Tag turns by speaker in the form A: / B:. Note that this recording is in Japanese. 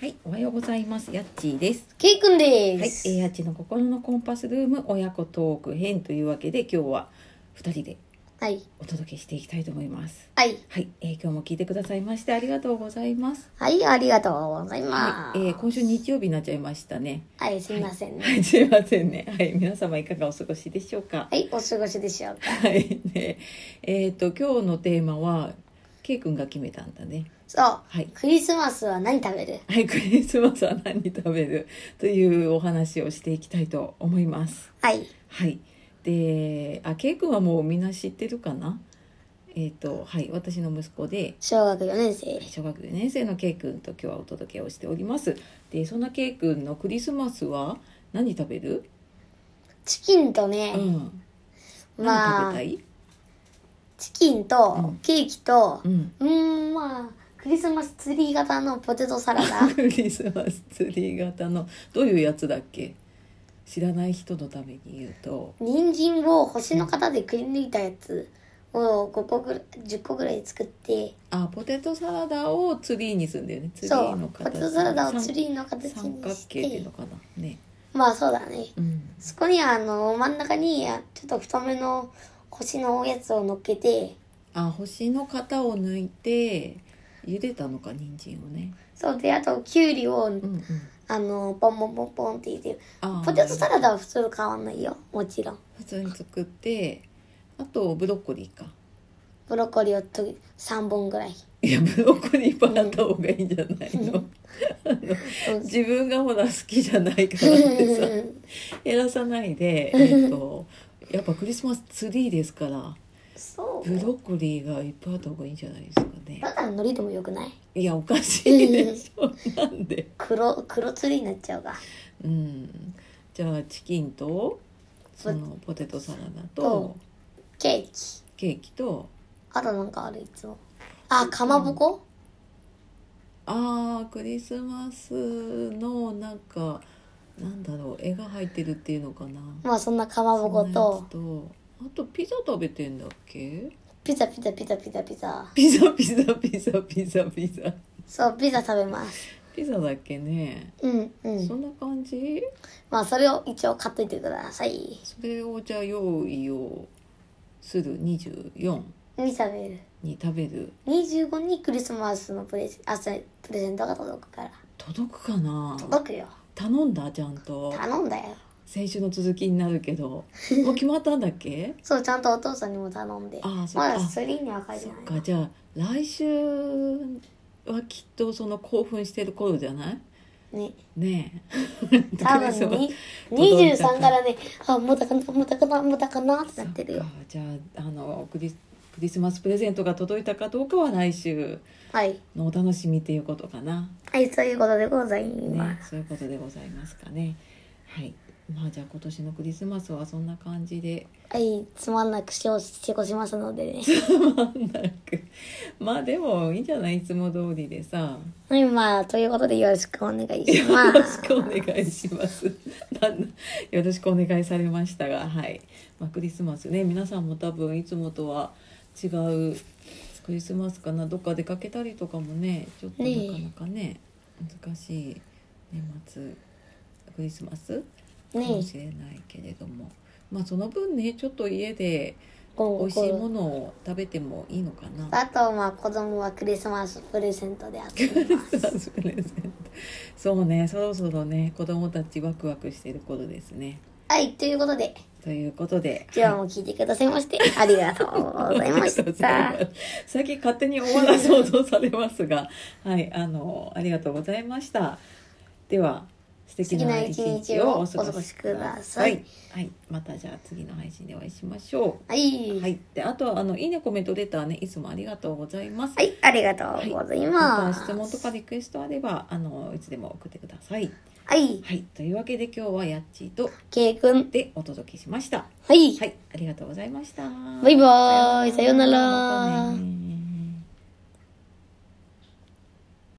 A: はい、おはようございます。やっちーです。
B: ケイくんで
A: はい、
B: す。
A: えーやっちーの心のコンパスルーム親子トーク編というわけで、今日は二人で
B: はい。
A: お届けしていきたいと思います。
B: はい。
A: はい、えー今日も聞いてくださいましてありがとうございます。
B: はい、ありがとうございま
A: は
B: す。
A: い、えー今週日曜日になっちゃいましたね。
B: はい、すみませんね。
A: はい、すいませんね。はい、皆様いかがお過ごしでしょうか。
B: はい、お過ごしでしょうか。
A: はい、ね、えっ、と今日のテーマはケイ君が決めたんだね。
B: そう、
A: はい。
B: クリスマスは何食べる
A: はい、クリスマスは何食べるというお話をしていきたいと思います。
B: はい。
A: はい。で、あ、ケイ君はもうみんな知ってるかな。えっ、と、はい、私の息子で。
B: 小学4年生。
A: 小学4年生のケイ君と今日はお届けをしております。で、そんなケイ君のクリスマスは何食べる？
B: チキンとね
A: う、ん。何食べ
B: ま
A: た
B: あ、
A: い？
B: チキンとケーキと、
A: うん。
B: うーん、まあ、クリスマスツリー型のポテトサラダ
A: 。クリスマスツリー型のどういうやつだっけ？知らない人のために言うと、
B: 人参を星の型でくり抜いたやつを5個ぐらい、10個ぐらい作って、
A: あ、ポテトサラダをツリーにするんだよね。ツリ
B: そ
A: ーの
B: う、
A: 形
B: ポ
A: に。
B: テトサラダをツ
A: 三
B: リーの形
A: 三
B: に
A: 角
B: し
A: 形っていう
B: て
A: の、かな。ね。
B: まあそうだね。
A: うん。
B: そこにあの真ん中にあちょっと太めの星のおやつを乗っけて
A: あ、星の型を抜いて茹でたのか人参をね。
B: そうであときゅうりを
A: うんうん。
B: あのポンポンポンポンって入れて
A: あー
B: ポテトサラダは普通と変わんないよもちろん
A: 普通に作って、あとブロッコリーか。
B: ブロッコリーをと3本ぐらい
A: いやブロッコリーパラった方がいいんじゃないの？あの自分がほら好きじゃないからって さ。減らさないで、えっと、やっぱクリスマスツリーですから
B: そ
A: ブ
B: う
A: ロッコリーがいっぱいあった方がいいんじゃないですかね
B: だから海苔でもよくない
A: いやおかしいでしょなんで
B: 黒黒ツリーになっちゃうが
A: うんじゃあチキンとそのポテトサラダと
B: とケー
A: ケ
B: キ
A: ーキと
B: あとなんかあるいつもあかまぼこ、
A: あークリスマスのなんかなんだろう絵が入ってるっていうのかな
B: まあそんなかまぼこ
A: そんなや
B: と
A: つとあとピザ食べてんだっけ
B: ピザピザピザピザピザ
A: ピザピザピザピザピザ
B: そうピザ食べます
A: ピザだっけね
B: うんうん
A: そんな感じ
B: まあそれを一応買っといてください。
A: それをじゃあ用意をする24
B: に食べる。
A: に食べる
B: 25にクリスマスのプレゼあそうプレゼントが届くから。
A: 届くかな
B: 届くよ。
A: 頼んだちゃんと
B: 頼んだよ。
A: 先週の続きになるけどもう決まったんだっけ
B: そう、ちゃんとお父さんにも頼んで。
A: ああそっ
B: ま
A: か
B: だスリーには書いて
A: そっ
B: ない。
A: かじゃあ来週はきっとその興奮してる頃じゃない
B: ね。
A: ねえ
B: 多
A: クリス
B: 分
A: マス
B: に、
A: 届いた
B: 23からね、あ、もたかな、もたかな、もたかなってなってるよ
A: そ。っかじゃああのクリスクリスマスプレゼントが届いたかどうかは来週
B: はい。
A: のお楽しみっていうことかな。
B: はい、そういうことでございま
A: ね
B: す。、
A: そういうことでございますかね。はい。まあじゃあ今年のクリスマスはそんな感じで
B: はい、つまんなくしよう、してこしますのでね。
A: まんなくまあでもいいんじゃないいつも通りでさ
B: はい、まあ、ということでよろしくお願いし
A: よ
B: ま
A: ろ
B: す
A: し。くお願いします なんだよろしくお願いされましたがはい、まあ、クリスマスね皆さんも多分いつもとは違うクリスマスかなどっか出かけたりとかもねちょっと
B: ねえ
A: なかなかね難しい年末クリスマスか
B: ね
A: もしれないけれども、まあその分ねちょっと家で
B: 今
A: 美
B: 後
A: 味しいものを食べてもいいのかな。
B: あとまあ子供はクリスマスプレゼントで集めます。
A: プレゼント そうねそろそろね子供たちワクワクしてる頃ですね。
B: はい、ということで、
A: ということで
B: 今日も聞いてくださいまして、ありがとうございまし
A: ありが
B: た
A: とうござい。ます 最近勝手に終わらそうとされますがはいあのありがとうございましたでは素敵な一日をお過ごしください、はい、またじゃあ次の配信でお会いしましょ
B: は
A: う
B: い、
A: はいであとはあのいいねコメントレターねいつもありがとうございます、
B: はい、ありがとうございま
A: た
B: す。
A: 質問とかリクエストあればあのいつでも送ってください
B: はい、
A: はいというわけで今日はやっちーと
B: ケイ君。
A: でお届けしました
B: はい、
A: はいありがとうございました
B: バイバーイ、さようなら。
A: またね